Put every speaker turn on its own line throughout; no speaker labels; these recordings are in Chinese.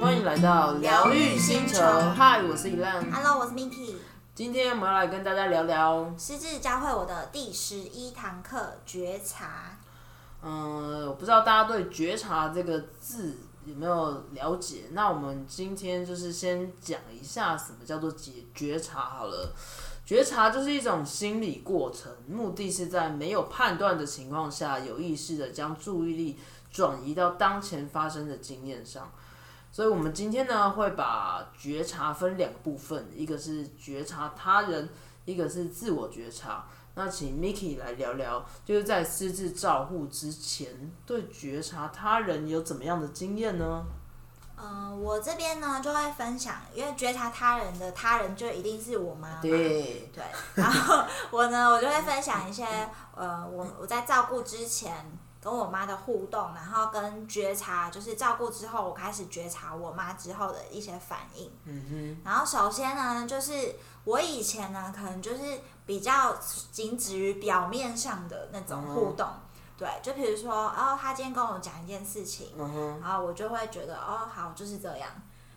欢迎来到疗愈星球
疗愈星球
嗨，我是一浪。
Hello，我是 Miki。
今天我们要来跟大家聊聊，
失智教会我的第十一堂课觉察。
嗯、我不知道大家对“觉察”这个字有没有了解？那我们今天就是先讲一下什么叫做觉觉察好了。觉察就是一种心理过程，目的是在没有判断的情况下，有意识的将注意力转移到当前发生的经验上。所以，我们今天呢会把觉察分两部分，一个是觉察他人，一个是自我觉察。那请 Miki 来聊聊，就是在私自照护之前，对觉察他人有怎么样的经验呢？
嗯、我这边呢就会分享，因为觉察他人的他人就一定是我妈妈。
对，
对，然后我呢，我就会分享一些呃，我我在照顾之前跟我妈的互动，然后跟觉察，就是照顾之后，我开始觉察我妈之后的一些反应。
嗯
然后首先呢，就是我以前呢，可能就是比较仅止于表面上的那
嗯
种互动，对，就比如说，哦，他今天跟我讲一件事情
哼，，嗯哼，
然后我就会觉得，哦，好，就是这样，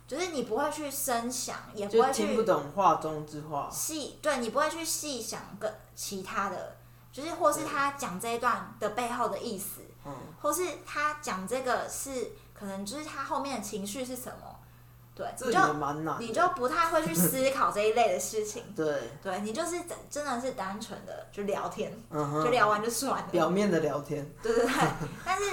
就是你不会去深想，也不
就
会
听不
去
懂话中之话。
细，对你不会去细想跟其他的，就是或是他讲这一段的背后的意思，
嗯，
或是他讲这个是可能就是他后面的情绪是什么，对，
这
你
也
就
蛮难的。。
你就不太会去思考这一类的事情
对，
对你就是真真的是单纯的就聊天，
嗯
就
哼，
聊完就算了。
表面的聊天。
对对对。 但是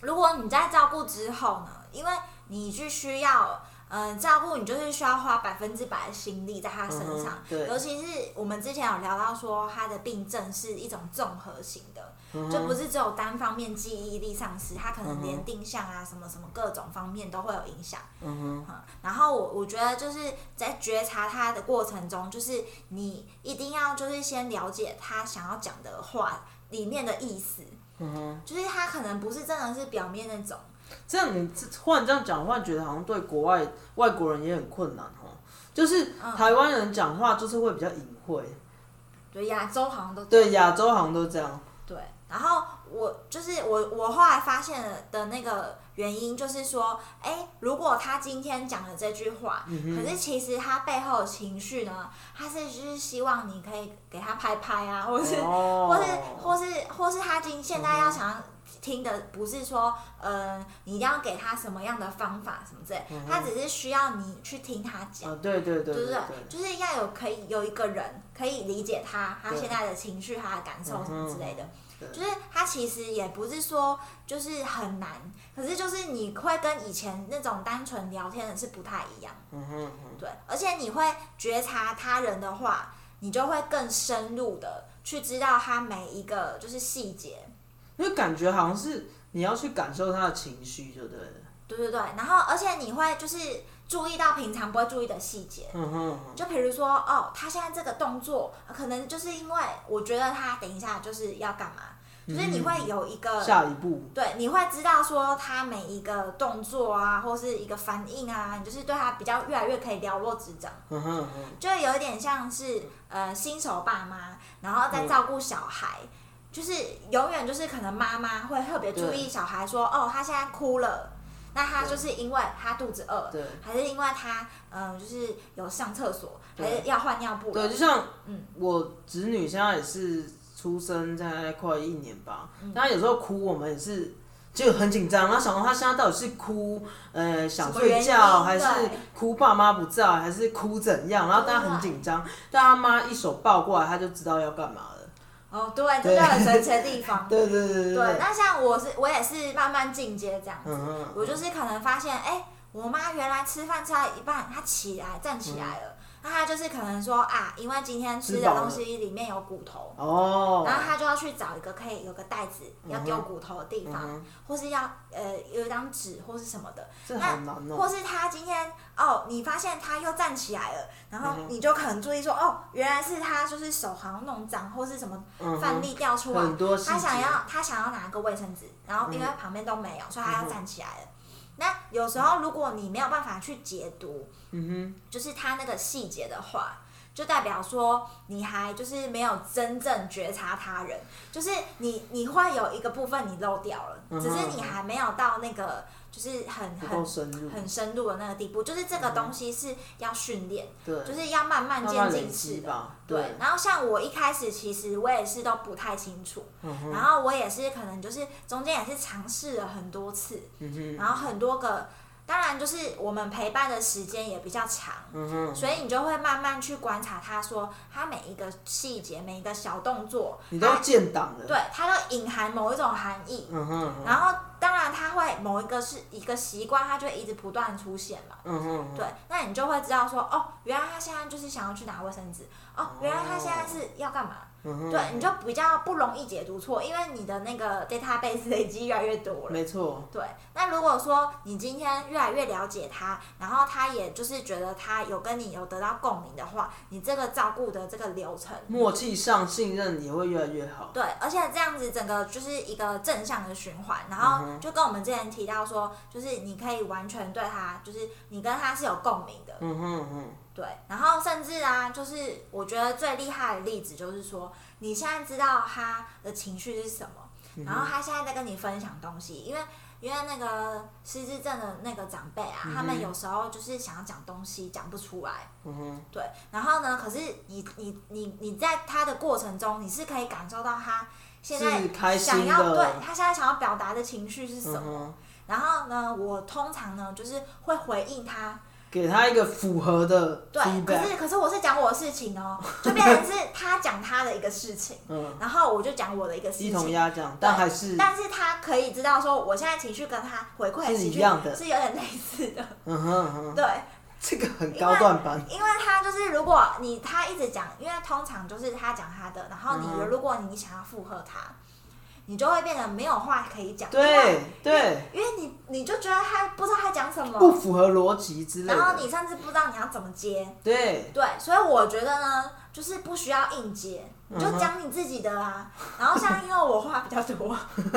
如果你在照顾之后呢，因为你去需要，嗯、照顾你就是需要花百分之百的心力在他身
嗯
上
哼，对
尤其是我们之前有聊到说他的病症是一种综合型的，
嗯
就
哼，
不是只有单方面记忆力丧失，他可
嗯
能
哼
连定向啊什么什么各种方面都会有影响。
嗯哼，
嗯然后我我觉得就是在觉察他的过程中，就是你一定要就是先了解他想要讲的话里面的意思，
嗯哼。
就是他可能不是真的是表面那种，
这样你这忽然这样讲，忽然觉得好像对国外外国人也很困难哦。就是
嗯
台湾人讲话就是会比较隐晦，
对亚洲好像都这样
对亚洲好像都这样。
对。然后我就是我我后来发现了的那个原因就是说，哎，如果他今天讲了这句话，可是其实他背后的情绪呢，他是就是希望你可以给他拍拍啊，或是或是
哦，
或是或是他今现在要想要听的不是说，呃，你一定要给他什么样的方法什么之类，他只是需要你去听他讲，
啊，对对对
对
对
不对？就是要有可以有一个人可以理解他他
对嗯
现在的情绪、他的感受什么之类的。
对
就是他其实也不是说就是很难，可是就是你会跟以前那种单纯聊天的是不太一样。
嗯哼嗯
对，而且你会觉察他人的话，你就会更深入的去知道他每一个就是细节。
因为感觉好像是你要去感受他的情绪，就对了。
对对对，然后而且你会就是注意到平常不会注意的细节，
嗯哼嗯哼，
就比如说哦，他现在这个动作，呃可能就是因为我觉得他等一下就是要干嘛，就是你会有一个
下一步，
对，你会知道说他每一个动作啊，或是一个反应啊，你就是对他比较越来越可以了若指掌。
嗯哼嗯哼，
就有点像是呃新手爸妈，然后在照顾小孩，就是永远就是可能妈妈会特别注意小孩说，哦，他现在哭了，那他就是因为他肚子饿，
对
还是因为他嗯、呃就是有上厕所，
对
还是要换尿布
对，
了
就，像
嗯
我侄女现在也是出生，现在快一年吧，她有时候哭，我们也是。就很紧张，然后想到她现在到底是哭，呃，想睡觉，
什么
还
原因
是
对
哭爸妈不在，还是哭怎样？然后大家很紧张，但她妈一手抱过来，她就知道要干嘛了。
哦，对，这
对
就很神奇的地 方。
对对对啊对
对，，那像我是我也是慢慢进阶这样子，
嗯嗯
我就是可能发现，哎、我妈原来吃饭吃到一半，她起来站起来了，那她就是可能说啊，因为今天
嗯
吃
吃饱了
的东西里面有骨头，
哦，
然后她就要去找一个可以有个袋子要丢骨头的地
嗯
方，
哼，
或是要呃有一张纸或是什么的，
这好难哦、
或是她今天哦，你发现她又站起来了，然后
嗯哼
你就可能注意说，哦，原来是她就是手好像弄脏或是什么
嗯哼
饭粒掉出来，
很多细节嗯
他想要他想要拿个卫生纸，然后因为旁边都没有，所以他要站起来了。那有时候如果你没有办法去解读，
嗯
就是他那个细节的话，就代表说你还就是没有真正觉察他人，就是你你会有一个部分你漏掉了，
嗯哼
只是你还没有到那个就是很
不够
很
深入，
很深入的那个地步，就是这个东西是要训练，
对，
就是要慢慢
慢
渐
慢嗯累
进
积
式的。
吧，
对，然后像我一开始其实我也是都不太清楚，
嗯哼，
然后我也是可能就是中间也是尝试了很多次，
嗯
然后很多个，当然就是我们陪伴的时间也比较长，
哼，嗯哼，
所以你就会慢慢去观察他说他每一个细节、每一个小动作，
你都要建档了，
对，他都隐含某一种含义。
嗯哼，
然后当然他会某一个是一个习惯，他就会一直不断出现嘛。
嗯哼，
对，那你就会知道说，哦，原来他现在就是想要去拿卫生纸，哦，原来他现在是要干嘛？
嗯哼，
对，你就比较不容易解读错，因为你的那个 database 累积越来越多了。
没错，
对，那如果说你今天越来越了解他，然后他也就是觉得他有跟你有得到共鸣的话，你这个照顾的这个流程，
默契上信任也会越来越好，
对，而且这样子整个就是一个正向的循环，然
嗯
后就跟我们之前提到说，就是你可以完全对他，就是你跟他是有共鸣的，
嗯哼嗯
对，然后甚至啊，就是我觉得最厉害的例子就是说，你现在知道他的情绪是什
嗯
么，然后他现在在跟你分享东西，因为因为那个失智症的那个长辈啊，他们有时候就是想要讲东西讲不出来，
嗯哼，
对，然后呢，可是你你你你在他的过程中，你是可以感受到他现
是开
在
心
想要
的
对他现在想要表达的情绪是什
嗯
么，
哼，
然后呢，我通常呢就是会回应他，
给他一个符合的
对，可
feedback，
是可是我是讲我的事情哦，就变成 是他讲他的一个事情，
嗯，
然后我就讲我的一个事
鸡同
情。
鸭讲，但还是，
但是他可以知道说，我现在情绪跟他回馈
是
的情
一
绪
样的
是有点类似的，
嗯哼嗯哼，
对，
这个很高段班，
因为他就是如果你他一直讲，因为通常就是他讲他的，然后你、
嗯
如果你想要附和他，你就会变得没有话可以讲，
对对，
因为，因为你你就觉得他不知道他讲什
不
么，
符合逻辑之类
然后
的，
你甚至不知道你要怎么接，
对，
对，所以我觉得呢，就是不需要硬接，你就
嗯哼
讲你自己的啊。然后像因为我话比较多，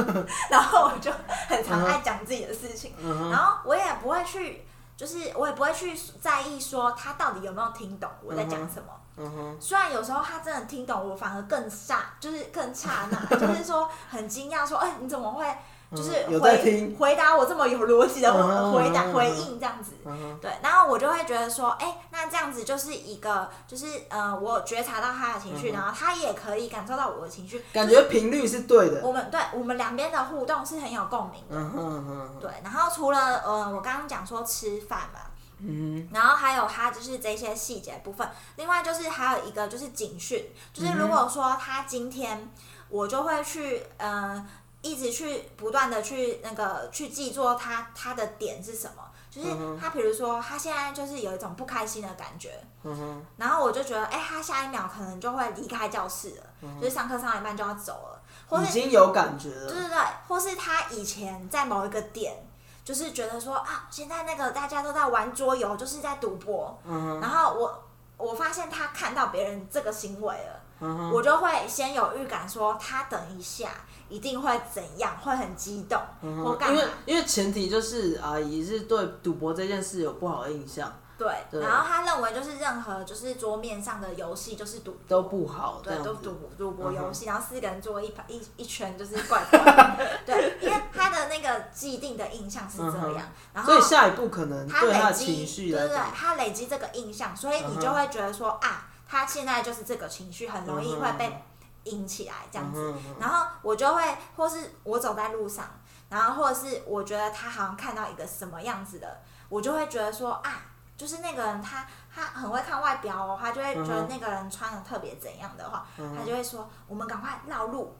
然后我就很常爱讲自己的事情，
嗯哼，
然后我也不会去，就是我也不会去在意说他到底有没有听懂我在讲什么。
嗯哼，
虽然有时候他真的听懂，我反而更煞，就是更刹 那，就是说很惊讶，说，哎、你怎么会？就是
嗯有在
回、
听
回答我这么有逻辑的
嗯哼
回答
嗯哼
回
嗯哼
应这样子，
嗯哼，
对，然后我就会觉得说，哎，那这样子就是一个，就是呃，我觉察到他的情绪，然后他也可以感受到我的情绪，
嗯感觉频率是对的，
我们对我们两边的互动是很有共鸣的。
嗯哼嗯哼
对，然后除了呃，我刚刚讲说吃饭嘛，
嗯
然后还有他就是这些细节部分，另外就是还有一个就是警讯，就是
嗯
如果说他今天我就会去呃一直去不断的去那个去记住他他的点是什么，就是
嗯
他比如说他现在就是有一种不开心的感觉，
嗯哼，
然后我就觉得哎、他下一秒可能就会离开教室了，
嗯
就是上课上到一半就要走了，或
已
是
经有感觉
对
了，
对对，或是他以前在某一个点，就是觉得说啊，现在那个大家都在玩桌游，就是在赌博。
嗯
然后我我发现他看到别人这个行为了，
嗯哼，
我就会先有预感说他等一下一定会怎样，会很激动、
嗯
或
哼
干
因
嘛
为。因为前提就是阿姨是对赌博这件事有不好的印象，
对，
对
然后他认为就是任何就是桌面上的游戏就是赌
都不好这
对，
样
都
子
赌，赌博
嗯
游
哼
戏，然后四个人坐一排一一圈，就是怪 怪的。对，因为他的那个既定的印象是
嗯
这
哼
样，然后
所以下一步可能
他
对他
累
的
积，
情绪
对
来
对对
讲，，嗯
他累积这个印象，所以你就会觉得说、啊，他现在就是这个情绪，很容易会被引起来这样
嗯哼，
子。
嗯哼
然后我就会，或是我走在路上，然后或者是我觉得他好像看到一个什么样子的，我就会觉得说啊，就是那个人他他很会看外表哦，他就会觉得
嗯哼
那个人穿的特别怎样的话，
嗯
他就会说我们赶快绕路，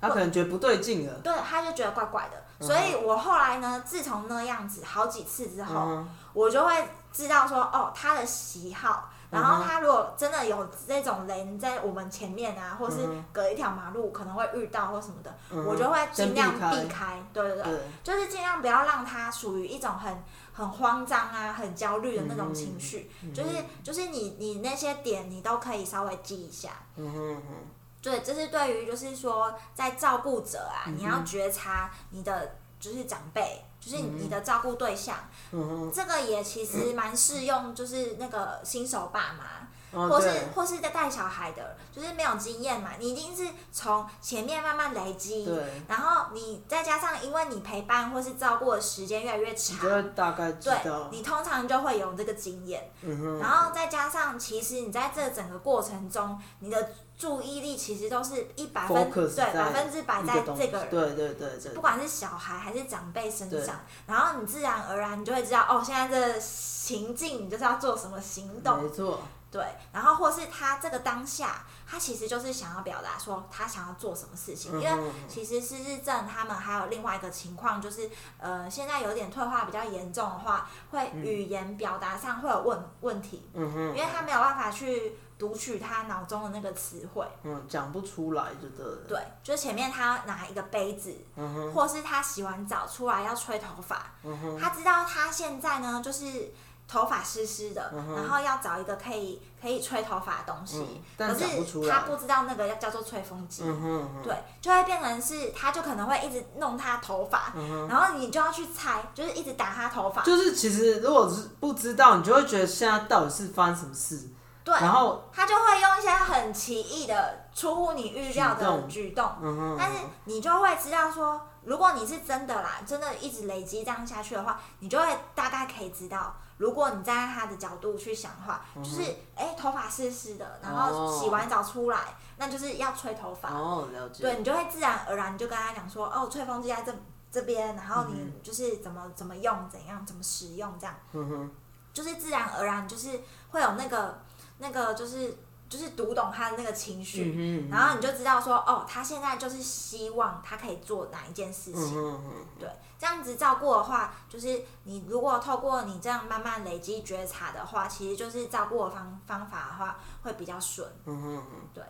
他可能觉得不对劲了，
对，他就觉得怪怪的。
嗯哼
所以我后来呢，自从那样子好几次之
嗯
后，
哼，
我就会知道说，哦，他的喜好。然
嗯
后
哼
他如果真的有这种人在我们前面啊，或是
嗯哼
隔一条马路可能会遇到或什么的，
嗯
我就会
先
尽量
避开
避开。对对对，
对，
就是尽量不要让他属于一种很很慌张啊、很焦虑的那
嗯
种情绪。就是就是你你那些点你都可以稍微记一下。
嗯哼嗯哼，
对，这是对于就是说在照顾者啊，你要
嗯哼
觉察你的就是长辈，就是
嗯
你的照顾对象。
嗯哼，
这个也其实蛮适用，就是那个新手爸妈，
哦
或是
对
或是在带小孩的，就是没有经验嘛，你一定是从前面慢慢累积，
对，
然后你再加上因为你陪伴或是照顾的时间越来越
你
长
就，会大概知
对
道，，
你通常就会有这个经验，
嗯哼，
然后再加上其实你在这整个过程中，你的注意力其实都是一百分
Focus
对
在
百分之百
一
在
东西
这个人。
对对对对
不，管是小孩还是长辈生
对
长，然后你自然而然你就会知道哦，现在这个情境你就是要做什么行动，
没错，
对，然后或是他这个当下，他其实就是想要表达说他想要做什么事情，
嗯
因为
哼
其实失智症他们还有另外一个情况就是，呃，现在有点退化比较严重的话，会语言表达上会有问问题，
嗯
因
哼，
为他没有办法去读取他脑中的那个词汇。
嗯，讲不出来就对了，
对，就是前面他拿一个杯子，
嗯哼，
或是他洗完澡出来要吹头发，
嗯哼，
他知道他现在呢就是头发湿湿的，
嗯哼
然后要找一个可以可以吹头发的东西，
嗯但
可
讲不出
是
来
他不知道那个要叫做吹风机。
嗯哼，嗯哼，
对，就会变成是，他就可能会一直弄他头发，然后你就要去猜，就是一直打他头发，
嗯就是其实如果是不知道，你就会觉得现在到底是发生什么事，
对，
然后
他就会用一些很奇异的、出乎你预料的举动，
嗯哼，
但是你就会知道说，如果你是真的啦，真的一直累积这样下去的话，你就会大概可以知道，如果你站在他的角度去想的话，就是
嗯
哎、诶头发湿湿的，然后洗完澡出来，那就是要吹头发，
哦，了解，
对你就会自然而然就跟他讲说，哦，吹风机在这这边，然后你
嗯
就是怎么怎么用，怎样怎么使用这样。
嗯哼，
就是自然而然就是会有那个那个就是就是读懂他的那个情绪，
嗯哼，
然后你就知道说哦，他现在就是希望他可以做哪一件事
嗯哼
情。
嗯哼，
对，这样子照顾的话，就是你如果透过你这样慢慢累积觉察的话，其实就是照顾的方方法的话会比较顺。
嗯哼，嗯哼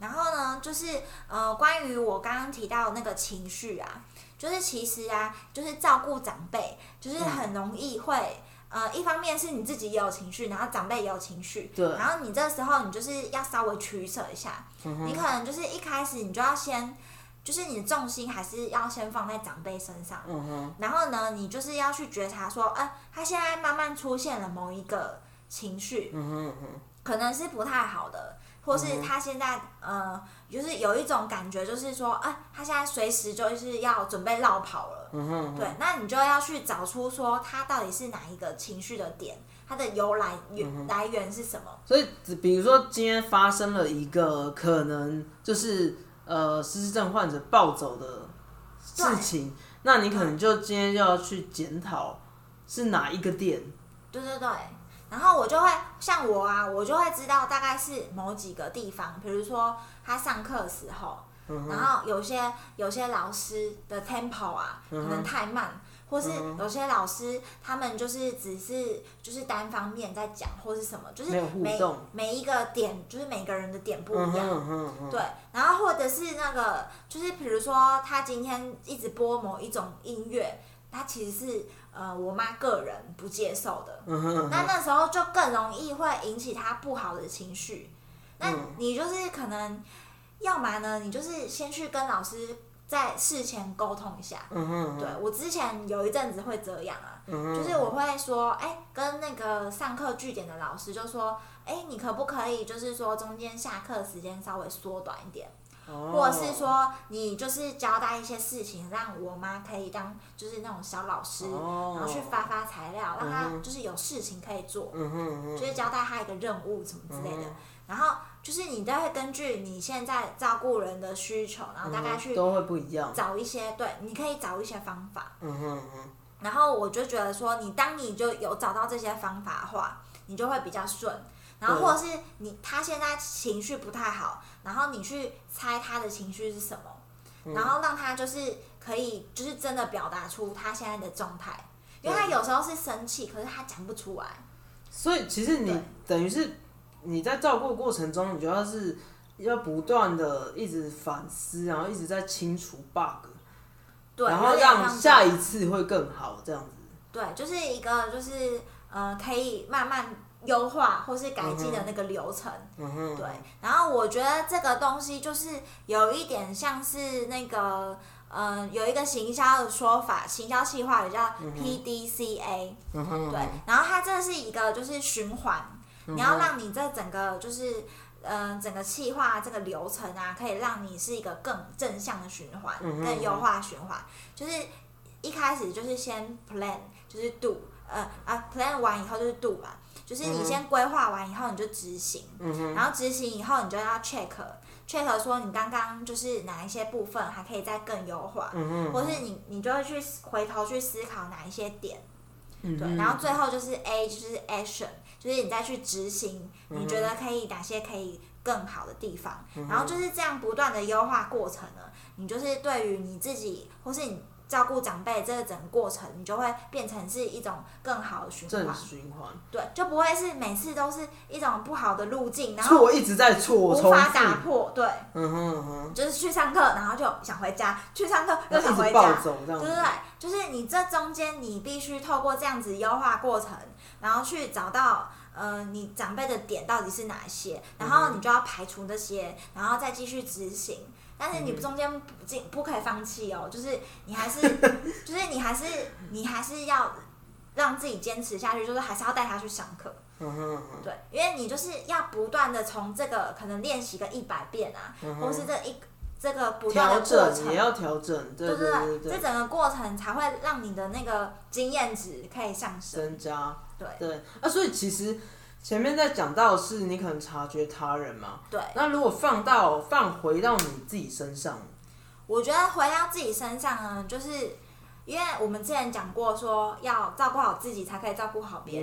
然后呢，就是呃，关于我刚刚提到那个情绪啊，就是其实啊，就是照顾长辈，就是
嗯
很容易会。呃，一方面是你自己也有情绪，然后长辈也有情绪，
对
然后你这时候你就是要稍微取舍一下，
嗯
你可能就是一开始你就要先，就是你的重心还是要先放在长辈身上，
嗯哼，
然后呢，你就是要去觉察说，呃，他现在慢慢出现了某一个情绪，
嗯哼，嗯哼，
可能是不太好的，或是
嗯
他现在呃，就是有一种感觉，就是说，啊，他现在随时就是要准备落跑了。
嗯哼，
对，那你就要去找出说他到底是哪一个情绪的点，它的由来源、
嗯
来源是什么？
所以，只比如说今天发生了一个可能就是呃失智症患者暴走的事情，那你可能就今天就要去检讨是哪一个点，
对对对。然后我就会像我啊，我就会知道大概是某几个地方，比如说他上课的时候，
嗯
然后有些有些老师的 tempo 啊，可
嗯哼
能太慢，或是
嗯
有些老师他们就是只是就是单方面在讲，或是什么，就是
没有互
每
动
每一个点，就是每个人的点不
嗯
一
哼
样。
嗯哼嗯哼，
对，然后或者是那个，就是比如说他今天一直播某一种音乐，他其实是呃我妈个人不接受的，
嗯哼嗯
那
哼，
那时候就更容易会引起他不好的情绪。那
嗯
你就是可能，要么呢，你就是先去跟老师在事前沟通一下。
嗯哼，
对我之前有一阵子会这样啊，
嗯哼，
就是我会说，哎、跟那个上课据点的老师就说，哎、你可不可以就是说中间下课时间稍微缩短一点，
哦
或者是说你就是交代一些事情，让我妈可以当就是那种小老师，
哦
然后去发发材料，让
嗯
她
哼
就是有事情可以做。
嗯哼嗯哼，
就是交代他一个任务什么之类的
嗯。
然后就是你都会根据你现在照顾人的需求，然后大概
嗯
去
都会不一样，
找一些对，你可以找一些方法。
嗯哼嗯哼，
然后我就觉得说，你当你就有找到这些方法的话，你就会比较顺。然后
对
或者是你他现在情绪不太好，然后你去猜他的情绪是什
嗯
么，然后让他就是可以就是真的表达出他现在的状态，因为他有时候是生气，可是他讲不出来。
所以其实你
对
等于是你在照顾的过程中，你就要是要不断的一直反思，然后一直在清除 bug，
对，
然后
有点
让
像这
下
样
一次会更好，这样子。
对，就是一个就是呃，可以慢慢优化或是改进的那个流程。
嗯哼，
对，然后我觉得这个东西就是有一点像是那个呃，有一个行销的说法，行销企划也叫 PDCA、
嗯嗯哼，嗯
对，然后它这是一个就是循环。你要让你这整个就是。嗯、整个气化这个流程啊，可以让你是一个更正向的循环，
嗯哼
更优化循环。就是一开始就是先 plan，就是 do，呃啊 plan 完以后就是 do 嘛，就是你先规划完以后你就执行，然后执行以后你就要 check check 说你刚刚就是哪一些部分还可以再更优化，或是你你就会去回头去思考哪一些点，
嗯
对，然后最后就是 A 就是 action，就是你再去执行，
嗯
你觉得可以哪些可以更好的地方，然后就是这样不断的优化过程呢，你就是对于你自己或是你照顾长辈这个整个过程，你就会变成是一种更好的循
正
环，
循环。
对，就不会是每次都是一种不好的路径，然后
错一直在错，
无
重
法
复。
打破，对，
嗯哼嗯哼，
就是去上课，然后就想回家，去上课又
然后
想
一
回
直
家
暴，走这
对
样
不
子
对。？就是你这中间，你必须透过这样子优化过程，然后去找到呃你长辈的点到底是哪些，然后
嗯
你就要排除那些，然后再继续执行。但是
嗯
你中间不进不可以放弃哦，就是你还是 就是你还是你还是要让自己坚持下去，就是还是要带他去上课。
嗯哼嗯哼，
对，因为你就是要不断的从这个可能练习个一百遍啊，或是这一这个不断的
嗯调
过
整
程
也，要调整，对
对
对
对
对
这整个过程才会让你的那个经验值可以上升。
增加。
对
对，啊，所以其实前面在讲到的是你可能察觉他人嘛，
对，
那如果放到放回到你自己身上，
我觉得回到自己身上呢，就是因为我们之前讲过说要照顾好自己，才可以照顾好别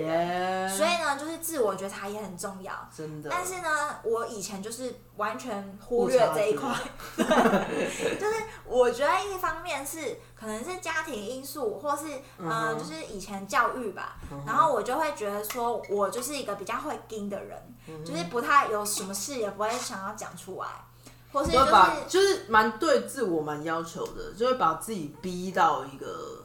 耶，
人。所以呢，就是自我觉察也很重要。
真的，
但是呢，我以前就是完全忽略这一块
不，
对，就是我觉得一方面是可能是家庭因素，或是嗯、呃
嗯哼嗯
就是以前教育吧，然后我就会觉得说我就是一个比较会盯的人，
嗯
就是不太有什么事也不会想要讲出来，或是
你
就
都
是
把就是蛮对自我蛮要求的，就会把自己逼到一个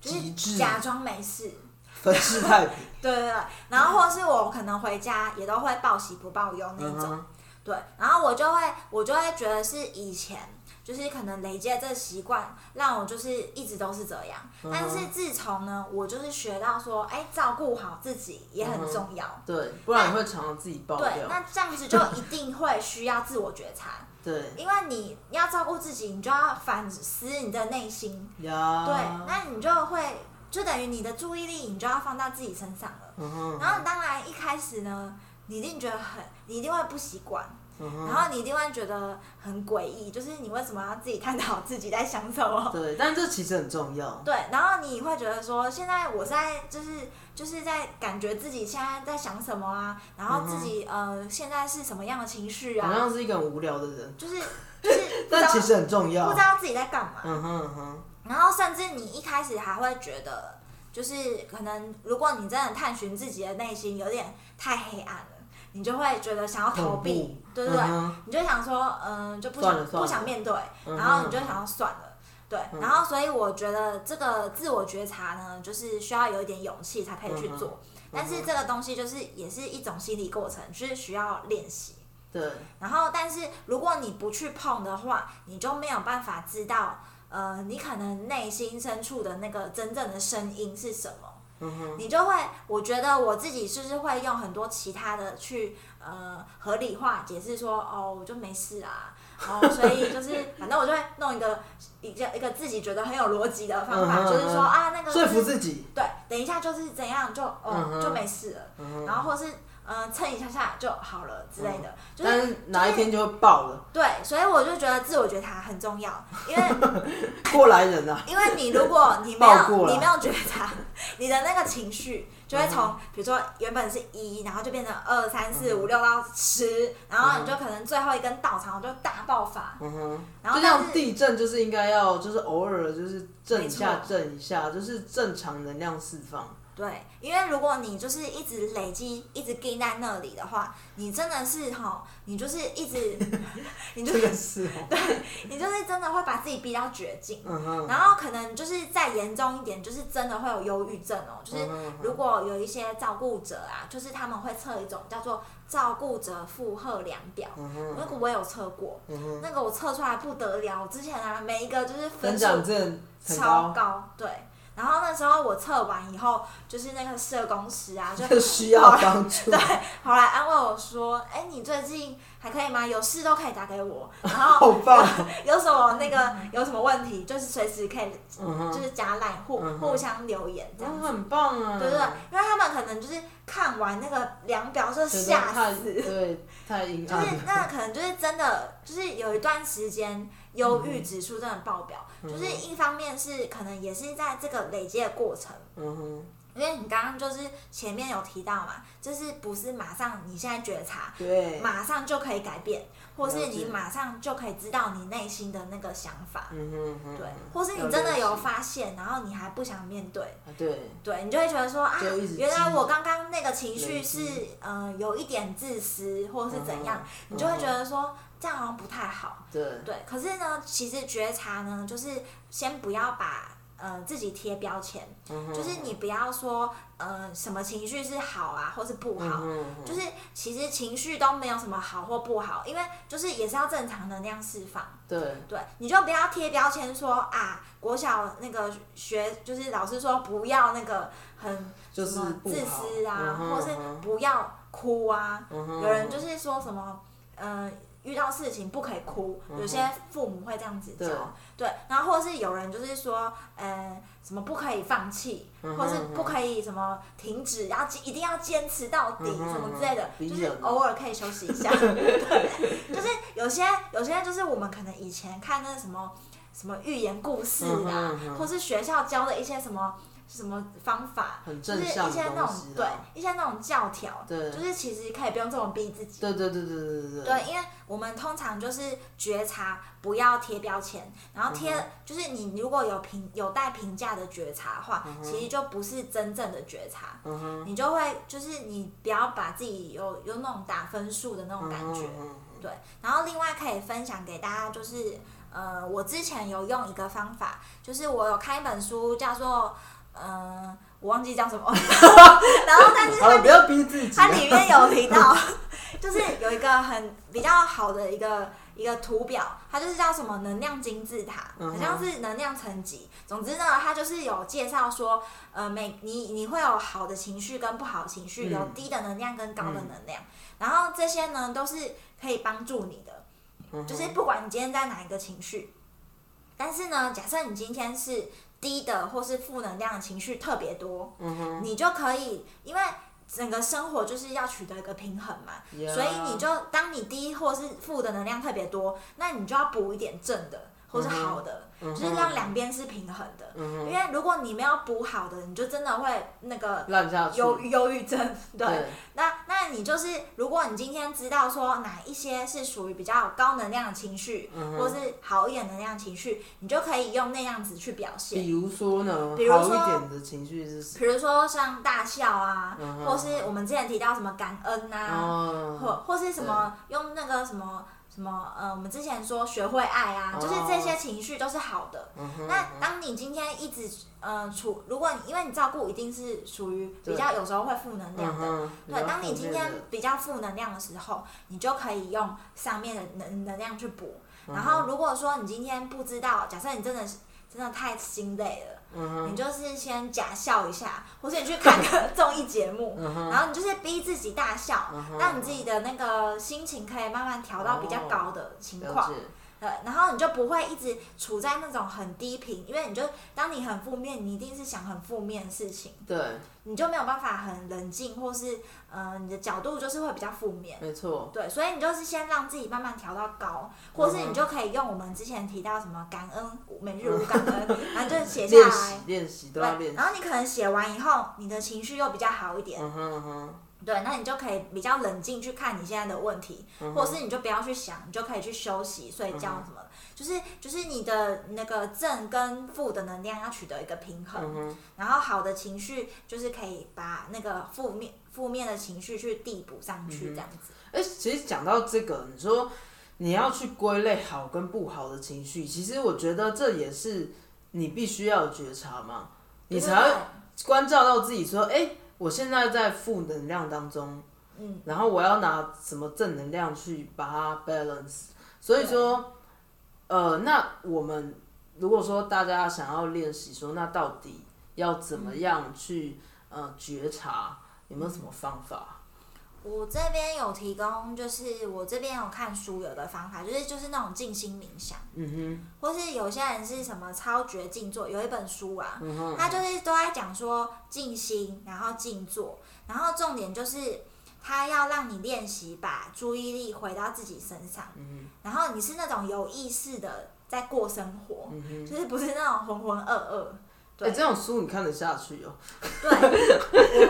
极
就是
致，
假装没事。
粉 饰太平，
对对对，然后或是我可能回家也都会报喜不报忧那一种，
嗯
对，然后我就会我就会觉得是以前就是可能累积的这个习惯，让我就是一直都是这样。
嗯
但是自从呢，我就是学到说，哎，照顾好自己也很重要。
对，不然你会常常自己嗯爆
对，
掉，
那这样子就一定会需要自我觉 察，
对
因为你要照顾自己，你就要反思你的内心。
呀，
对，那你就会就等于你的注意力，你就要放到自己身上了。
嗯哼，
然后当然一开始呢，你一定觉得很，你一定会不习惯，
嗯哼
然后你一定会觉得很诡异，就是你为什么要自己探讨自己在想什么？
对，但这其实很重要，
对，然后你会觉得说，现在我在就是就是在感觉自己现在在想什么啊，然后自己、
嗯
呃现在是什么样的情绪
好
啊，
像是一个很无聊的人，
就是 就是不知
但
道
其实很重
不
要
知，道自己在干嘛，
嗯哼嗯哼，
然后甚至你一开始还会觉得，就是可能如果你真的探寻自己的内心，有点太黑暗了，你就会觉得想要逃避
恐，怖
对不对？
嗯
你就想说，嗯，就不想
算了算了
不想面对，
嗯哼嗯
然后你就想要算了。对，然后所以我觉得这个自我觉察呢，就是需要有一点勇气才可以去
嗯
做。但是这个东西就是也是一种心理过程，就是需要练习。
对，
然后，但是如果你不去碰的话，你就没有办法知道，呃，你可能内心深处的那个真正的声音是什么。
嗯哼，
你就会，我觉得我自己就是会用很多其他的去呃合理化解释说，哦，我就没事啊，哦，所以就 是反正我就会弄一个一个一个自己觉得很有逻辑的方法，
嗯哼
就是
嗯
说
哼
啊那个
说
就
服
是
自己，
对，等一下就是怎样就
嗯
哦
哼
就没事了，
嗯哼
然后或是呃撑一下下就好了之类
嗯
的，就是
但是哪一天就会爆了，
对，所以我就觉得自我觉察很重要，因为
过来人啊，
因为你如果你 没
爆
有
过了
你没有觉察，你的那个情绪就会从
嗯
比如说原本是一，然后就变成二三四五六到十，然后你就可能最后一根稻草就大爆发，
嗯哼，
然后
就
但
像
是
地震就是应该要就是偶尔就是震一下
没错
震一下，就是正常能量释放，
对，因为如果你就是一直累积，一直盯在那里的话，你真的是哈，你就是一直， 你 就
这
是
个是哦，
你就是真的会把自己逼到绝境。
嗯哼，
然后可能就是再严重一点，就是真的会有忧郁症哦。
嗯
就是如果有一些照顾者啊，就是他们会测一种叫做照顾者负荷量表，
嗯
那个我有测过，那个我测出来不得了。我之前啊，每一个就是
分
分
享
数
证很
超
高，
高，对。然后那时候我测完以后，就是那个社工师啊，就
这 需要帮助
对，，好来安慰我说：“哎、你最近还可以吗？有事都可以打 给我，然
好
后
棒，啊
有什么那个有什么问题，就是随时可以，
嗯哼，
就是加赖互
嗯哼
互相留言这样
嗯
子。
很棒啊，
对对对，因为他们可能就是看完那个量表就
觉得
吓
太
死，
对，太阴
就是
暗了，
那可能就是真的，就是有一段时间忧郁指数真的爆表，
嗯
就是一方面是可能也是在这个累积的过程，
嗯哼，
因为你刚刚就是前面有提到嘛，就是不是马上你现在觉察，
对，
马上就可以改变，或是
了解
你马上就可以知道你内心的那个想法，
嗯哼嗯哼，
对，或是
要
你真的
练
有
习
发现，然后你还不想面对，
啊对，
对你就会觉得说啊
就一直，
原
积
来我刚刚那个情绪
累
是
积
呃有一点自私或是怎样，
嗯
你就会觉得说这样好像不太好。
对，
对，可是呢，其实觉察呢，就是先不要把呃自己贴标签，
嗯哼
就是你不要说呃什么情绪是好啊或是不
嗯
好。
哼嗯哼
就是其实情绪都没有什么好或不好，因为就是也是要正常能量释放。
对，
对，你就不要贴标签说啊，国小那个学就是老师说不要那个很
就是
什么
不
自
好
私啊
嗯，哼
或是
嗯哼
不要哭啊。
嗯哼
有人就是说什么，呃，遇到事情不可以哭，有些父母会这样子
嗯
教。
对
对，然后或是有人就是说，呃，什么不可以放弃，
嗯哼
或是不可以什么停止，要坚一定要坚持到底，
嗯哼
什么之类的，
嗯哼
就是偶尔可以休息 一下。对，就是有些有些就是我们可能以前看那什么什么寓言故事
嗯哼
啊，
嗯哼
或是学校教的一些什么什么方法，
很
就是
正
一些
向的东
那种
西
对
啦，
一些那种教条，
对
就是其实可以不用这么逼自己。
对对对对对对对
对，因为我们通常就是觉察，不要贴标签，然后
嗯
贴、就是你如果有评有带评价的觉察的话，其实就不是真正的觉察，
嗯哼，
你就会就是你不要把自己有有那种打分数的那种感觉。
嗯哼嗯
对，然后另外可以分享给大家就是，呃，我之前有用一个方法，就是我有看一本书叫做，呃，我忘记叫什么， 然后但
哼
是它
好了，
里
不要逼自己啊，
它里面有提到， 就是有一个很比较好的一个一个图表，它就是叫什么能量金字塔，
嗯哼
好像是能量层级。总之呢，它就是有介绍说，呃，每你你会有好的情绪跟不好的情绪，
嗯
有低的能量跟高的能量，然后这些呢都是可以帮助你的。
嗯哼
就是不管你今天在哪一个情绪，但是呢，假设你今天是低的或是负能量的情绪特别多，
嗯哼，
你就可以，因为整个生活就是要取得一个平衡嘛，
Yeah
所以你就当你低或是负的能量特别多，那你就要补一点正的或是好的，
嗯哼
就是让两边是平衡的。
嗯哼
因为如果你没有补好的，你就真的会那个
烂下去，
忧忧郁症，对。
对，
那那你就是，如果你今天知道说哪一些是属于比较高能量的情绪，
嗯哼
或是好一点能量的情绪，你就可以用那样子去表现。
比如说呢，
比如说
好一点的情绪是什
比如说像大笑啊，
嗯哼
或是我们之前提到什么感恩
么？
啊，或
哦，
或是什么用那个什么什么呃，我们之前说学会爱啊，就是
哦
这些情绪都是好的。
嗯哼
那当你今天一直呃处，如果你因为你照顾一定是属于比较有时候会负能量
嗯
的，
哼，比
对，
较
当你
负
今
面
天
的
比较负能量的时候，你就可以用上面的能能量去补。
嗯
然后如果说你今天不知道，假设你真的是真的太心累了，
嗯哼
你就是先假笑一下，或者你去看个 综艺节目，
嗯哼
然后你就是逼自己大笑
嗯哼，
让你自己的那个心情可以慢慢调到比较高的情
了
况
解。，
对，然后你就不会一直处在那种很低频，因为你就当你很负面，你一定是想很负面的事情。
对，
你就没有办法很冷静，或是呃你的角度就是会比较负面。
没错，
对，所以你就是先让自己慢慢调到高，或是你就可以用我们之前提到什么感恩每日无感恩，然后就写下
练习
来。
练习都要
对，
练习
然，后你可能写完以后，你的情绪又比较好一点，
嗯哼嗯哼，
对，那你就可以比较冷静去看你现在的问题，
嗯
或是你就不要去想，你就可以去休息、睡觉什么的，就是就是你的那个正跟负的能量要取得一个平衡。
嗯哼，
然后好的情绪就是可以把那个负面负面的情绪去递补上去，这样子。
哎，其实讲到这个，你说你要去归类好跟不好的情绪，其实我觉得这也是你必须要有觉察嘛，你才会关照到自己说，哎、我现在在负能量当中，
嗯，
然后我要拿什么正能量去把它 balance。所以说，呃，那我们如果说大家想要练习说，那到底要怎么样去呃觉察？有没有什么方法？
我这边有提供，就是我这边有看书有的方法，就是就是那种静心冥想，
嗯
或是有些人是什么超觉静坐，有一本书啊，
哼，嗯哼，
他就是都在讲说静心，然后静坐，然后重点就是他要让你练习把注意力回到自己身上，
嗯
然后你是那种有意识的在过生活
哼，，嗯哼。
就是不是那种浑浑噩噩。
哎、
对
这种书你看得下去哦？
对，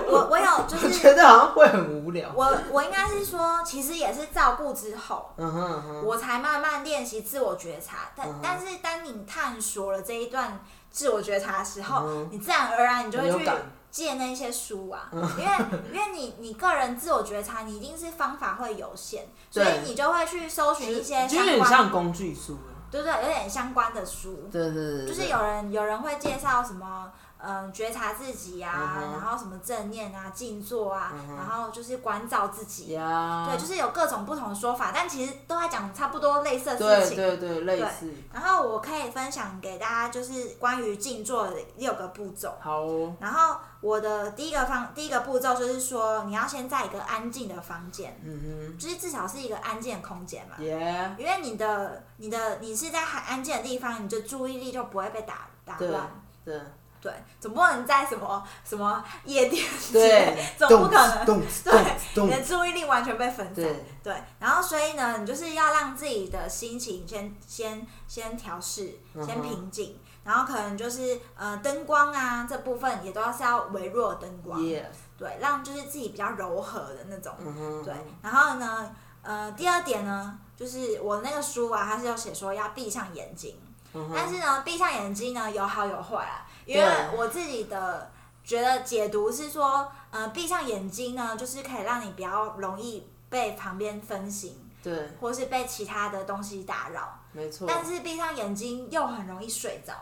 我我我有就
我
是
觉得好像会很无聊。
我我应该是说，其实也是照顾之后。
嗯哼嗯哼，
我才慢慢练习自我觉察，但、
嗯哼
但是当你探索了这一段自我觉察的时候，
嗯
你自然而然你就
很
会
有
去
感嗯
借那些书啊，因为因为你你个人自我觉察，你一定是方法会有限，所
对
以你就会去搜寻一些
就有
相
点
关，
像工具书了。
对对，有点相关的书，
对对对对，
就是有人有人会介绍什么。嗯，觉察自己啊，
嗯哼
然后什么正念啊、静坐啊，
嗯哼
然后就是关照自己，
呀，
对，就是有各种不同的说法，但其实都在讲差不多类似的事
对
情。
对对，类似。
然后我可以分享给大家，就是关于静坐的六个步骤。
好哦，
然后我的第一个方第一个步骤就是说，你要先在一个安静的房间，
嗯
就是至少是一个安静的空间嘛
哼，。耶，
因为你的你的你是在很安静的地方，你的注意力就不会被打打乱。
对
对，总不能在什么什么夜店之类，
对，
总不可能
动
对
动
你的注意力完全被分散。
对，
对，然后所以呢，你就是要让自己的心情先先先调试，先
嗯哼
平静，然后可能就是呃灯光啊这部分也都要是要微弱的灯光
，yes，
对，让就是自己比较柔和的那种，
嗯哼，
对。然后呢，呃，第二点呢，就是我那个书啊，它是有写说要闭上眼睛，
嗯哼，
但是呢，闭上眼睛呢有好有坏啊，因为
对
我自己的觉得解读是说，呃，闭上眼睛呢，就是可以让你比较容易被旁边分心，
对，
或是被其他的东西打扰，
没错，
但是闭上眼睛又很容易睡着。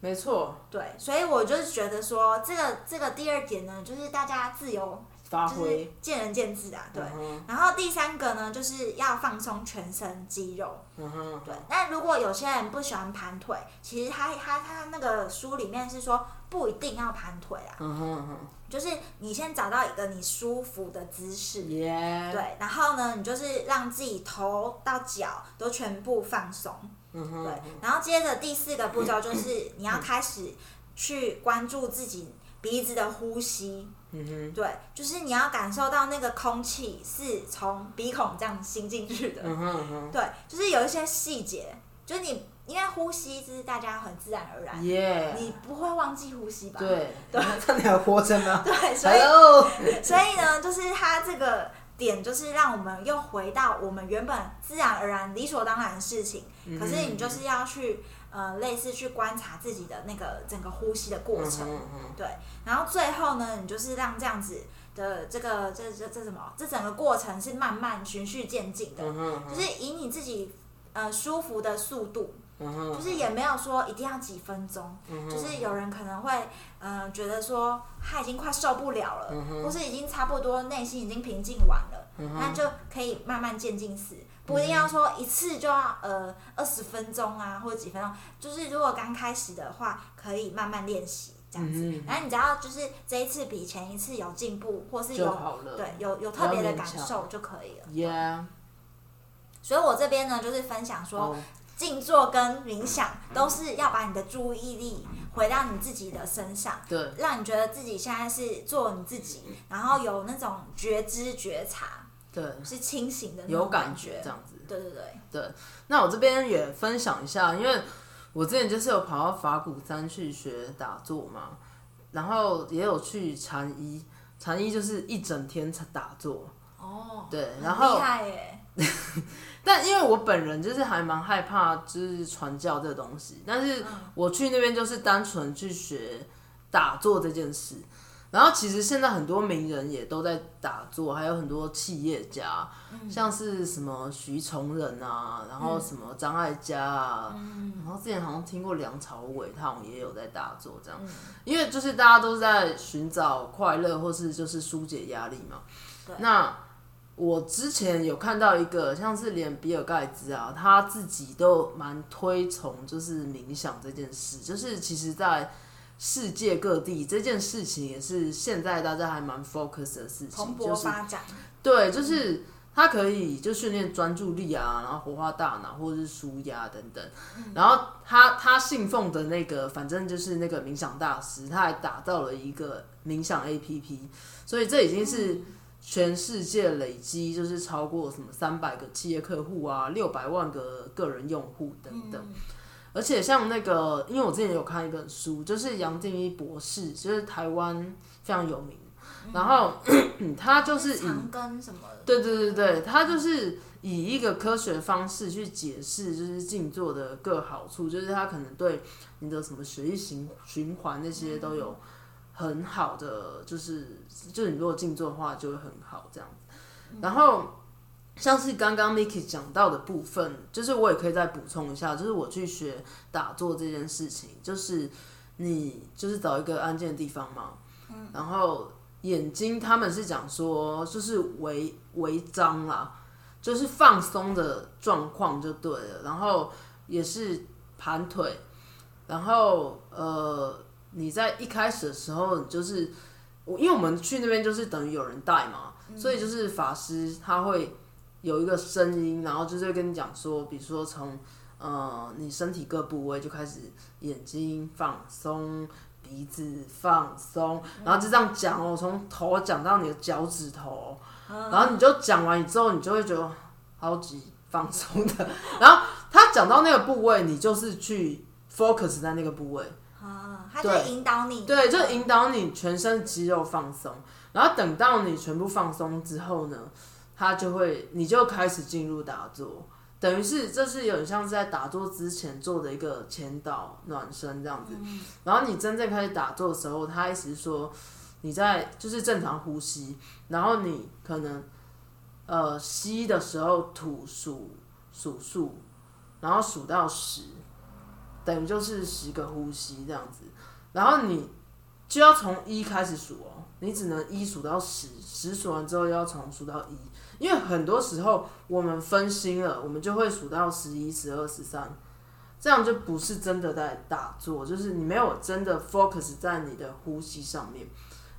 没错，
对，所以我就是觉得说，这个这个第二点呢，就是大家自由，
发
就是
挥，
见仁见智啊，对。
嗯哼，
然后第三个呢，就是要放松全身肌肉。
嗯哼，
对，那如果有些人不喜欢盘腿，其实他他他那个书里面是说不一定要盘腿啦，
嗯哼嗯哼
就是你先找到一个你舒服的姿势，
嗯耶，
对，然后呢，你就是让自己头到脚都全部放松，
嗯
对
哼，，
然后接着第四个步骤就是你要开始去关注自己鼻子的呼吸，
嗯哼，
对，就是你要感受到那个空气是从鼻孔这样吸进去的，
嗯哼嗯哼
对，就是有一些细节，就是你因为呼吸就是大家很自然而然，
耶，
你不会忘记呼吸吧？
对，
对
那你还活着呢
对，所以
？Hello，
所以呢，就是它这个点，就是让我们又回到我们原本自然而然、理所当然的事情。
嗯
可是你就是要去呃，类似去观察自己的那个整个呼吸的过
嗯
程。
哼嗯
对，然后最后呢，你就是让这样子的这个这这这什么，这整个过程是慢慢循序渐进的，
哼嗯哼
就是以你自己呃舒服的速度，
嗯哼，
就是也没有说一定要几分钟，
嗯哼
就是有人可能会嗯、呃觉得说他已经快受不了了，
嗯哼
或是已经差不多内心已经平静完了，
嗯哼嗯
那就可以慢慢渐进式，不一定要说一次就要呃二十分钟啊或者几分钟，就是如果刚开始的话，可以慢慢练习这样子。
嗯哼
然后你只要就是这一次比前一次有进步，或是
就
有
好了，
对有有特别的
不要
感
勉强
受就可以了。
，Yeah，
所以我这边呢就是分享说，
哦，
静坐跟冥想都是要把你的注意力回到你自己的身上，
对，
让你觉得自己现在是做你自己，然后有那种觉知觉察，
对，
是清醒的那种
有感觉
觉
这。样子。
对对对，
那我这边也分享一下，因为我之前就是有跑到法鼓山去学打坐嘛，然后也有去禅医，禅医就是一整天打坐。
哦，
对
很
然后
厉害耶，
但因为我本人就是还蛮害怕就是传教这个东西，但
嗯
是我去那边就是单纯去学打坐这件事。然后其实现在很多名人也都在打坐，还有很多企业家，
嗯
像是什么徐崇仁啊，然后什么张艾嘉啊，
嗯
然后之前好像听过梁朝伟，他好像也有在打坐这样，
嗯
因为就是大家都在寻找快乐或是就是疏解压力嘛。那我之前有看到一个，像是连比尔盖茨啊，他自己都蛮推崇就是冥想这件事，就是其实在世界各地这件事情，也是现在大家还蛮 focus 的事
蓬
情，就
勃
是
发展，
对，就是它可以就训练专注力啊，然后活化大脑或者是舒压等等。然后他他信奉的那个，反正就是那个冥想大师，他还打造了一个冥想 APP，所以这已经是。全世界累积就是超过什么三百个企业客户啊，六百万个个人用户等
嗯
等。而且像那个，因为我之前有看一本书，就是杨定一博士，就是台湾非常有名，然后嗯 他就是以
长庚什么的，
对对对对，他就是以一个科学方式去解释，就是静坐的各好处，就是他可能对你的什么血液循循环那些都有很好的，就是就是你如果静坐的话就会很好这样子。然后像是刚刚 Miki 讲到的部分，就是我也可以再补充一下，就是我去学打坐这件事情，就是你就是找一个安静的地方嘛，然后眼睛他们是讲说就是微微张啦，就是放松的状况就对了，然后也是盘腿，然后呃你在一开始的时候你就是我因为我们去那边就是等于有人带嘛，所以就是法师他会有一个声音，然后就是会跟你讲说，比如说从呃你身体各部位就开始眼睛放松。鼻子放松，然后就这样讲哦，从头讲到你的脚趾头，然后你就讲完之后，你就会觉得啊超级放松的。 然后他讲到那个部位，你就是去 focus 在那个部位，
啊，他就引导你，
对，就引导你全身肌肉放松，然后等到你全部放松之后呢，它就会你就开始进入打坐，等于是这是有点像是在打坐之前做的一个前导暖身这样子。然后你真正开始打坐的时候，他意思是说你在就是正常呼吸，然后你可能呃吸的时候吐数数数，然后数到十，等于就是十个呼吸这样子。然后你就要从一开始数哦，你只能一数到十，十数完之后要从数到一，因为很多时候我们分心了，我们就会数到十一、十二、十三，这样就不是真的在打坐，就是你没有真的 focus 在你的呼吸上面。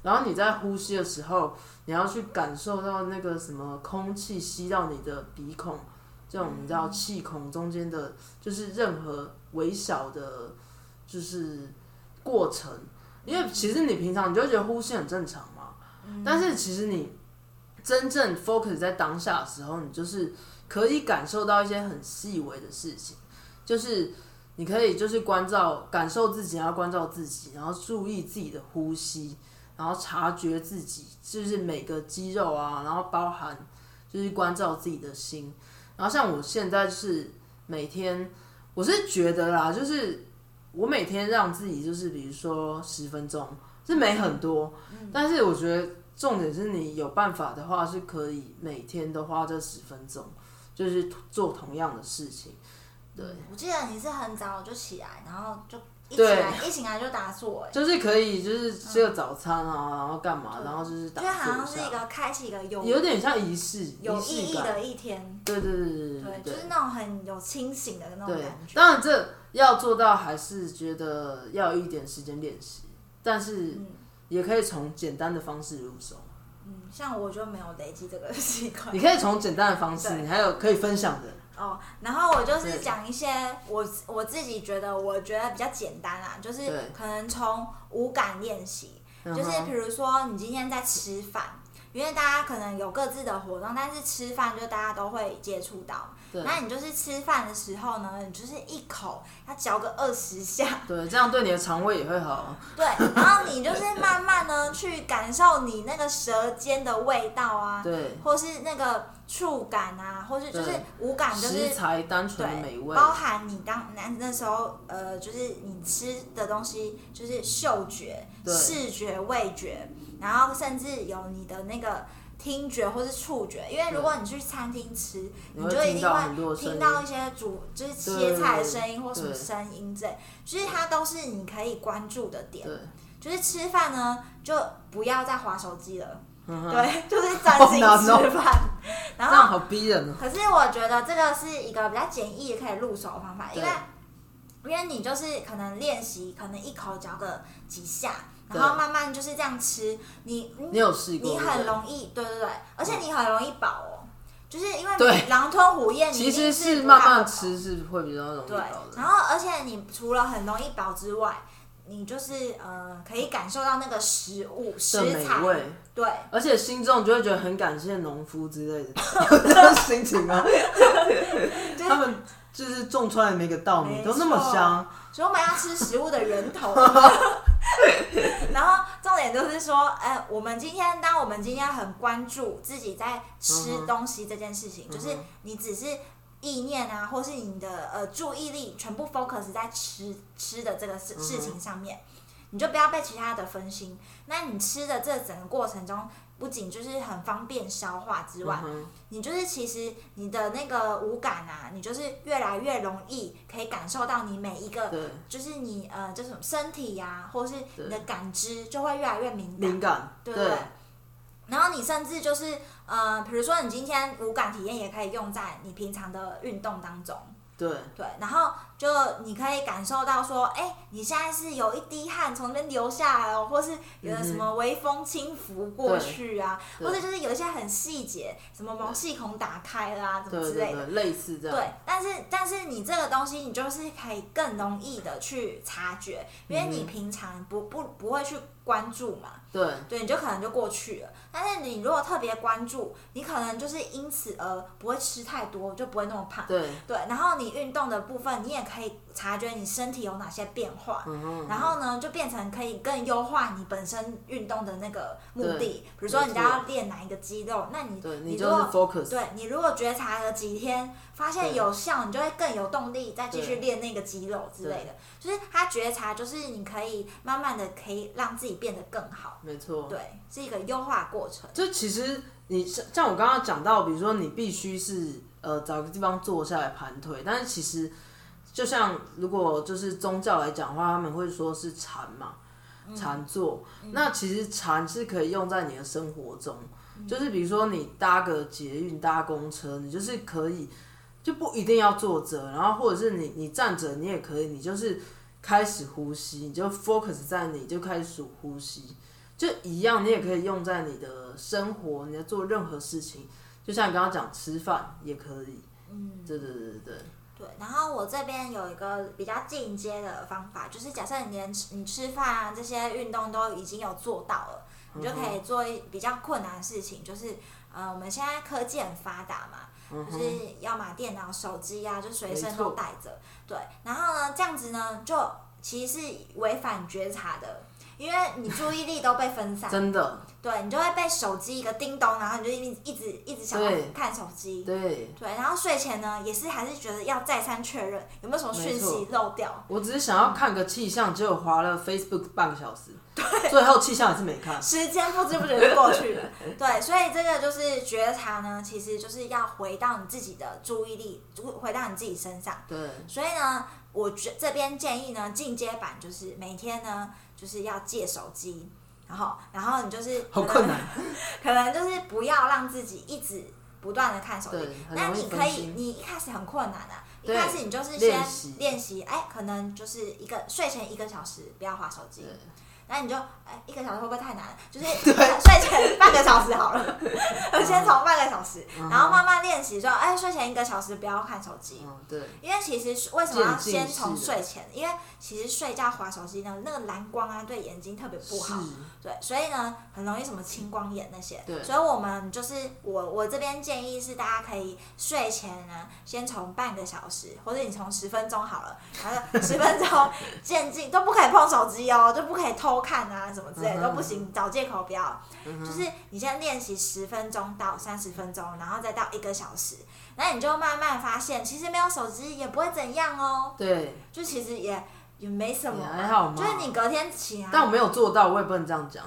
然后你在呼吸的时候，你要去感受到那个什么空气吸到你的鼻孔，这种你知道气孔中间的，就是任何微小的，就是过程，因为其实你平常你就会觉得呼吸很正常嘛，但是其实你真正 focus 在当下的时候，你就是可以感受到一些很细微的事情，就是你可以就是关照感受自己，然后关照自己，然后注意自己的呼吸，然后察觉自己就是每个肌肉啊，然后包含就是关照自己的心，然后像我现在就是每天我是觉得啦，就是我每天让自己就是比如说十分钟，是没很多，
嗯
但是我觉得重点是你有办法的话，是可以每天都花这十分钟，就是做同样的事情。对，
嗯我记得你是很早就起来，然后就一起
对
来，一醒来就打坐，哎，
就是可以就是吃个早餐啊，然后干嘛，
对
然后就是打
就好
坐
像
一
是一
下，
个开启一个有
有点像仪式，仪
有意
式
义
感。
的一天，
对对对对
对，就
对
是那种很有清醒的那种
对
感，觉。
当然这要做到还是觉得要有一点时间练习，但是
嗯
也可以从简单的方式入手。
嗯，像我就没有累积这个习惯
你可以从简单的方式，
对
你还有可以分享的，
哦。然后我就是
对
讲一些我我自己觉得我觉得比较简单啦，就是
对
可能从五感练习，
嗯
就是
哼
比如说你今天在吃饭，因为大家可能有各自的活动，但是吃饭就大家都会接触到。
对
那你就是吃饭的时候呢，你就是一口要嚼个二十下，
对，这样对你的肠胃也会好。
对，然后你就是慢慢呢去感受你那个舌尖的味道啊，
对，
或是那个触感啊，或是就是
对
五感就
食
是。
材单纯的美
对，
味，
包含你当那那时候，呃，就是你吃的东西，就是嗅觉、
对
视觉、味觉，然后甚至有你的那个听觉或是触觉，因为如果你去餐厅吃，
你
你
会
就一
听
定
到很多
会
声音
听到一些煮就是切
对
菜的声音或什么
对
声音这，就是它都是你可以关注的点。
对，
就是吃饭呢，就不要再划手机了，
嗯哼，
对， 就是专心
Oh, no, no.
吃饭。
这
然
样
后，
好逼人哦。
可是我觉得这个是一个比较简易可以入手的方法，
对
因为因为你就是可能练习，可能一口嚼个几下，
对
然后慢慢就是这样吃，你
你有试过？
你
对不
很
对
容易，对对对，而且你很容易饱哦，就是因为
对
你狼吞虎咽，你
其
一
实
定是
是
不
慢
太
慢
会
吃是会比较容易
对
饱，
然
的。
后而且你除了很容易饱之外，你就是呃可以感受到那个食物食
的美
材，
味，
对
而且心中就会觉得很感谢农夫之类的 这 种心情啊。
就
他
是
们就是种出来的每个稻米
没
都那么
错
香，
所以我们要吃食物的 源头。然后重点就是说，呃，我们今天当我们今天很关注自己在
嗯
吃
哼
东西这件事情，就是
嗯哼
你只是意念啊，或是你的呃注意力全部 focus 在吃吃的这个
嗯
事事情上面，你就不要被其他的分心。那你吃的这整个过程中，不仅就是很方便消化之外
嗯，哼
你就是其实你的那个五感啊，你就是越来越容易可以感受到你每一个，
对，
就是你呃，这种身体呀、或是
对
你的感知就会越来越敏感，
敏感，
对不对？然后你甚至就是呃，比如说你今天五感体验也可以用在你平常的运动当中，
对，
对，然后就你可以感受到说，哎，你现在是有一滴汗从那边流下来哦，或是有什么微风轻拂过去啊，
对
或者就是有一些很细节，什么毛细孔打开啦、啊，什
对
么
对
之类
对，
的。
类似这
对
样，，
但是但是你这个东西，你就是可以更容易的去察觉，因为你平常不不不会去关注嘛，
对
对，你就可能就过去了。但是你如果特别关注，你可能就是因此而不会吃太多，就不会那么胖。
对，
对，然后你运动的部分，你也可以察觉你身体有哪些变化，
嗯哼，
然后呢，就变成可以更优化你本身运动的那个目
对
的。比如说，你
没错
要练哪一个肌肉，那你
对
你
你
如
就是
果
focus，
对你如果觉察了几天，发现
对
有效，你就会更有动力再继续
对
练那个肌肉之类的。就是他觉察，就是你可以慢慢的可以让自己变得更好，
没错，
对，是一个优化过程。
就其实你像像我刚刚讲到，比如说你必须是呃找个地方坐下来盘腿，但是其实就像如果就是宗教来讲的话，他们会说是禅嘛，禅坐。那其实禅是可以用在你的生活中，就是比如说你搭个捷运、搭公车，你就是可以就不一定要坐着，然后或者是你你站着你也可以，你就是开始呼吸，你就 focus 在你就开始数呼吸。就一样，你也可以用在你的生活，你在做任何事情，就像你刚刚讲吃饭也可以，嗯，对对对对对，
对，然后我这边有一个比较进阶的方法，就是假设你连吃你吃饭啊这些运动都已经有做到了，你就
嗯
可以做一比较困难的事情，就是呃我们现在科技很发达嘛，
嗯
就
哼，
是要么电脑、手机啊，就随
没
身
错
都带着。对，然后呢，这样子呢，就其实是违反觉察的，因为你注意力都被分散，
真的，
对你就会被手机一个叮咚，然后你就一直一直一直想要
对
看手机。
对
对，然后睡前呢，也是还是觉得要再三确认有没有什么讯
没错
息漏掉，
我只是想要看个气象，结果划了 Facebook 半个小时，对，最后气象还是没看，
时间不知不觉就过去 了。对，所以这个就是觉察呢，其实就是要回到你自己的注意力，回到你自己身上。
对，
所以呢，我觉这边建议呢，进阶版就是每天呢，就是要戒手机，然后然后你就是
好
可能
困，难，
可能就是不要让自己一直不断的看手机
对。很
那
容易
你
分
可以
心，
你一开始很困难的、一
对
开始你就是先
练习
练习，哎，可能就是一个睡前一个小时不要划手机
对。
那你就哎，一个小时会不会太难了？就 是睡前半个小时好了，我先从半个小时，
嗯
然后慢慢练习说，哎，睡前一个小时不要看手机，
嗯，对，
因为其实是为什么要先从
渐进式的
睡前？因为其实睡觉划手机呢，那个蓝光啊对眼睛特别不
是
好，，对，所以呢很容易什么青光眼那些。
对
所以我们就是我我这边建议是大家可以睡前呢，先从半个小时，或者你从十分钟好了，然后十分钟渐进都不可以碰手机哦，就不可以偷看啊什么之类
嗯
的
哼
都不行，找借口不要。
嗯
就
哼，
是你先练习十分钟到三十分钟，然后再到一个小时，那你就慢慢发现，其实没有手机也不会怎样哦，
对，
就其实也也没什么
也
嘛，
还好嘛
就是你隔天起来，
但我没有做到，我也不能这样讲，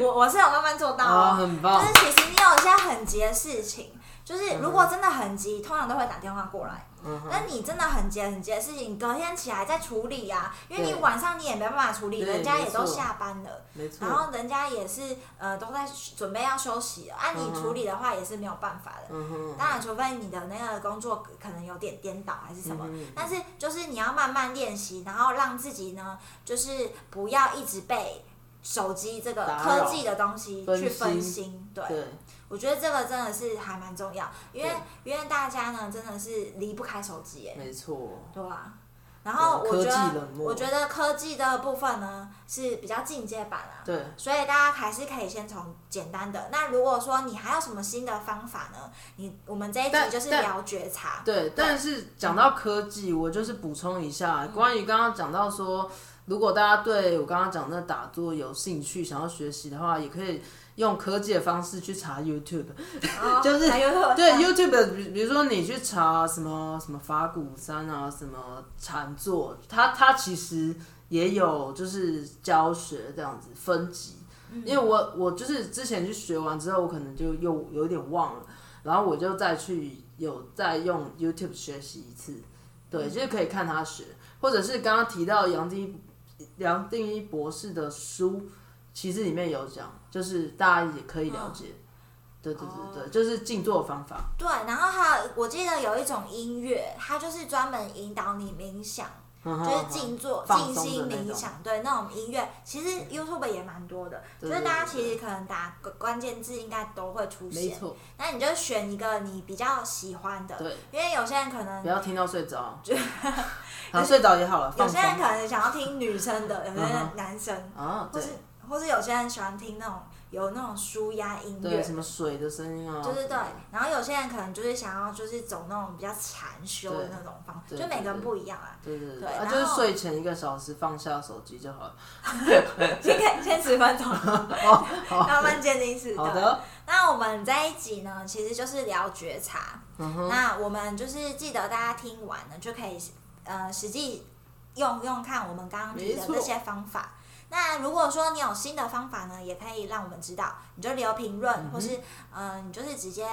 我我是有慢慢做到
啊，
哦，
很
就
棒，嗯
是其实你有一些很急的事情，就是如果真的很急，通常都会打电话过来。那你真的很急很急的事情，隔天起来再处理啊，因为你
对
晚上你也没办法处理，
对
人家也都
没错
下班了。
没错
然，后人家也是呃都在准备要休息了，按、
嗯
你
哼
处理的话也是没有办法的。
嗯哼，
当然，除非你的那个工作可能有点颠倒还是什么，
嗯哼
但是就是你要慢慢练习，然后让自己呢，就是不要一直被手机这个
打扰
科技的东西
分
去分
心
心。对，
对，
我觉得这个真的是还蛮重要，因为
对
因为大家呢真的是离不开手机耶，
没错，
对啊。然后
对
我
科
觉
技
得
冷，漠
我觉得科技的部分呢是比较进阶版啊，
对，
所以大家还是可以先从简单的。那如果说你还有什么新的方法呢？你我们这一集
但
就是
但
聊觉察，
对，但是讲到科技，我就是补充一下，关于刚刚讲到说，如果大家对我刚刚讲的打坐有兴趣，想要学习的话，也可以用科技的方式去查 YouTube。就是
还有
对 YouTube，的比比如说你去查什么什么法鼓山啊，什么禅坐，它它其实也有就是教学这样子分级。因为我我就是之前去学完之后，我可能就又有点忘了，然后我就再去有再用 YouTube 学习一次，对，就是可以看他学，或者是刚刚提到杨定一杨定一博士的书，其实里面有讲，就是大家也可以了解。对对对对，就是静坐方法。
对，然后还有我记得有一种音乐，它就是专门引导你冥想，
就
就是静坐、
哦放
静
松的
心
那
冥
种
想，对那种音乐，其实 YouTube 也蛮多的，
对
就是
对
大家
对
其实可能打关关键字应该都会出
没
现，
错，
那你就选一个你比较喜欢的，
对，
因为有些人可能
不要听到睡着， 好睡着也好了，
嗯有
放
些
松
人可能想要听女生的，有些
嗯
人
哼
男生，
啊，
或
对
是或是有些人喜欢听那种有那种舒压音
对，
乐，
什么水的声音啊，
对对对
什么的。
然后有些人可能就是想要就是走那种比较禅修的
对
那种方式，
对
就每
对
个人
对
不一样啊。
对对
对
对，啊，
然
就是
后
睡前一个小时放下手机就好了。
先看先 十分钟， 慢慢渐进式
哦好。的，
那我们这一集呢，其实就是聊觉察。
嗯哼，
那我们就是记得大家听完呢，就可以呃实际用用看我们刚刚提的
没错
这些方法。那如果说你有新的方法呢，也可以让我们知道，你就留评
嗯
论，或是呃，你就是直接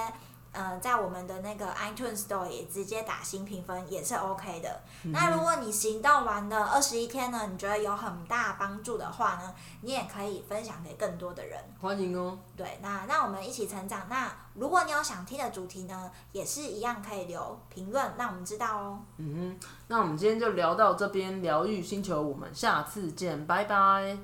呃在我们的那个呃 iTunes Store 也直接打新评分也是 OK 的。
嗯
那如果你行动完的二十一天呢，你觉得有很大帮助的话呢，你也可以分享给更多的人。
欢迎哦，
对，那让我们一起成长。那如果你有想听的主题呢，也是一样可以留评论，让我们知道哦。
嗯哼，那我们今天就聊到这边，疗愈星球，我们下次见，拜拜。